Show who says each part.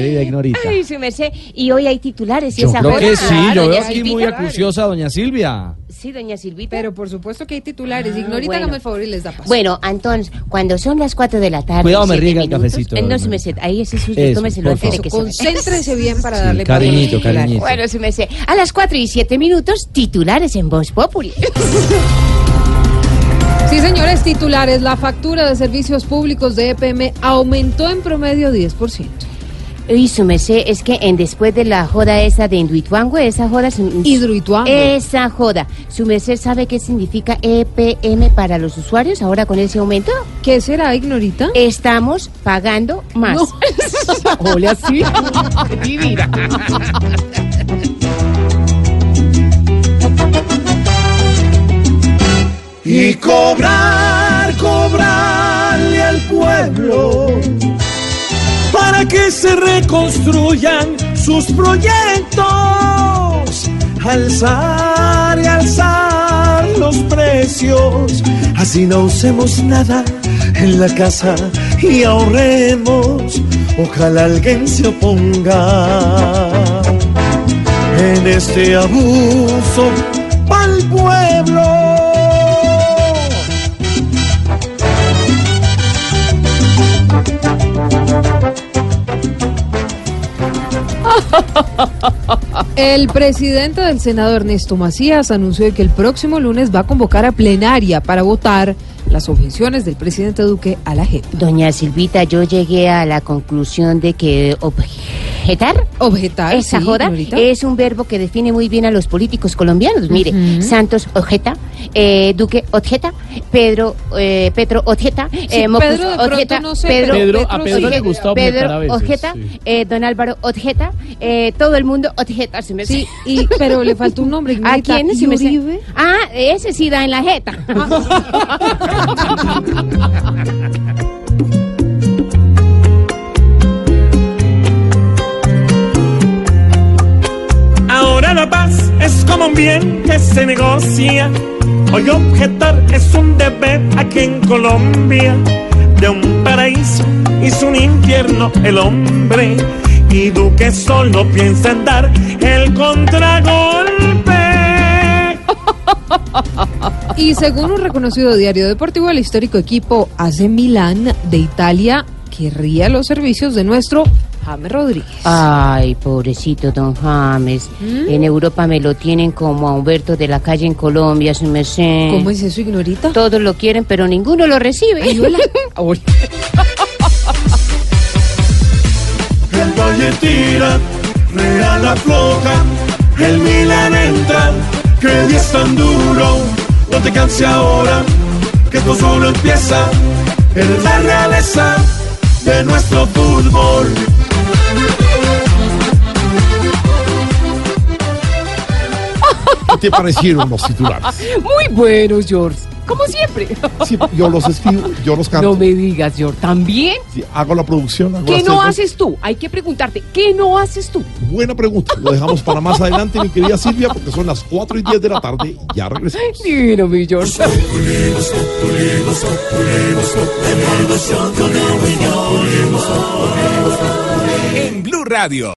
Speaker 1: Querida ignorita.
Speaker 2: Ay, su merced. Y hoy hay titulares y
Speaker 1: Yo
Speaker 2: esa
Speaker 1: creo
Speaker 2: cosa.
Speaker 1: que sí,
Speaker 2: Claro,
Speaker 1: yo veo
Speaker 2: ya
Speaker 1: aquí
Speaker 2: vi.
Speaker 1: muy acuciosa doña Silvia.
Speaker 2: Sí, doña Silvita.
Speaker 3: Pero por supuesto que hay titulares. Ignorita,
Speaker 2: Ah, bueno.
Speaker 3: hágame el favor y les da paso.
Speaker 2: Bueno, Antón, cuando son las 4 de la tarde.
Speaker 1: Cuidado, me
Speaker 2: siete
Speaker 1: riega el
Speaker 2: minutos-
Speaker 1: cafecito,
Speaker 2: Eh, no, su
Speaker 1: Norma.
Speaker 2: merced. Ahí ese suyo,
Speaker 1: Eso,
Speaker 2: tómeselo
Speaker 1: por
Speaker 2: antes de
Speaker 1: favor.
Speaker 2: que se vaya.
Speaker 3: Concéntrese bien para
Speaker 1: Sí,
Speaker 3: darle paso.
Speaker 1: cariñito,
Speaker 3: pues, Claro.
Speaker 1: cariñito.
Speaker 2: Bueno, su merced. A las 4 y 7 minutos, titulares en Voz Populi.
Speaker 3: Sí, señores, titulares. La factura de servicios públicos de EPM aumentó en promedio 10%.
Speaker 2: Y su merced, es que en después de la joda esa de Induituango, esa joda. su-
Speaker 3: Hidroituango.
Speaker 2: Esa joda. ¿Su merced sabe qué significa EPM para los usuarios ahora con ese aumento?
Speaker 3: ¿Qué será, Ignorita?
Speaker 2: Estamos pagando más.
Speaker 3: No.
Speaker 4: Hola, sí.
Speaker 5: y cobrar, cobrarle al pueblo para que se reconstruyan sus proyectos, alzar y alzar los precios, así no usemos nada en la casa y ahorremos, ojalá alguien se oponga en este abuso pa'l pueblo.
Speaker 3: El presidente del Senado, Ernesto Macías, anunció que el próximo lunes va a convocar a plenaria para votar las objeciones del presidente Duque a la JEP.
Speaker 2: Doña Silvita, yo llegué a la conclusión de que objetar
Speaker 3: Objetar,
Speaker 2: esa
Speaker 3: Ah, sí,
Speaker 2: joda
Speaker 3: Ignorita.
Speaker 2: es un verbo que define muy bien a los políticos colombianos. Mire,
Speaker 3: Ujú.
Speaker 2: Santos objeta, eh, Duque objeta, Pedro eh, Petro objeta, eh, Mocus
Speaker 3: Pedro de pronto
Speaker 2: objeta,
Speaker 3: no sé,
Speaker 2: Pedro,
Speaker 3: pero
Speaker 2: Pedro,
Speaker 3: Pedro- a Pedro
Speaker 2: objeta,
Speaker 3: le
Speaker 1: gusta objetar
Speaker 2: Pedro
Speaker 1: a veces,
Speaker 2: objeta,
Speaker 1: sí.
Speaker 2: eh, don Álvaro objeta, eh, todo el mundo objeta. se me
Speaker 3: Sí, y, pero le faltó un nombre,
Speaker 2: ¿A
Speaker 3: Ignorita.
Speaker 2: quién?
Speaker 3: ¿Y
Speaker 2: se me hace?
Speaker 3: Uribe?
Speaker 2: Ah, ese sí da en la jeta.
Speaker 5: Ahora la paz es como un bien que se negocia. Hoy objetar es un deber aquí en Colombia. De un paraíso hizo un infierno el hombre. Y Duque solo piensa en dar el contragolpe.
Speaker 3: Y según un reconocido diario deportivo, el histórico equipo AC Milán de Italia querría los servicios de nuestro James Rodríguez.
Speaker 2: Ah, Ay, pobrecito don James.
Speaker 3: ¿Mm?
Speaker 2: En Europa me lo tienen como a Humberto de la calle en Colombia, su merced.
Speaker 3: ¿Cómo es eso, Ignorita?
Speaker 2: Todos lo quieren, pero ninguno lo recibe.
Speaker 5: El Valle tira, Real afloja, el Milan entra, que el día es tan duro, no te canses ahora, que esto solo empieza, es la realeza de nuestro fútbol.
Speaker 6: ¿Qué te parecieron los titulares?
Speaker 4: Muy buenos, George. Como siempre.
Speaker 6: Sí, yo los escribo, yo los
Speaker 4: No
Speaker 6: canto,
Speaker 4: me digas, George. ¿También?
Speaker 6: sí, hago la producción. Hago
Speaker 4: ¿Qué
Speaker 6: las
Speaker 4: no
Speaker 6: teclas.
Speaker 4: haces tú? Hay que preguntarte, ¿qué no haces tú?
Speaker 6: Buena pregunta. Lo dejamos para más adelante, mi querida Silvia, porque son las 4 y 10 de la tarde. Ya regresamos.
Speaker 4: Divino, mi George.
Speaker 5: En Blue Radio.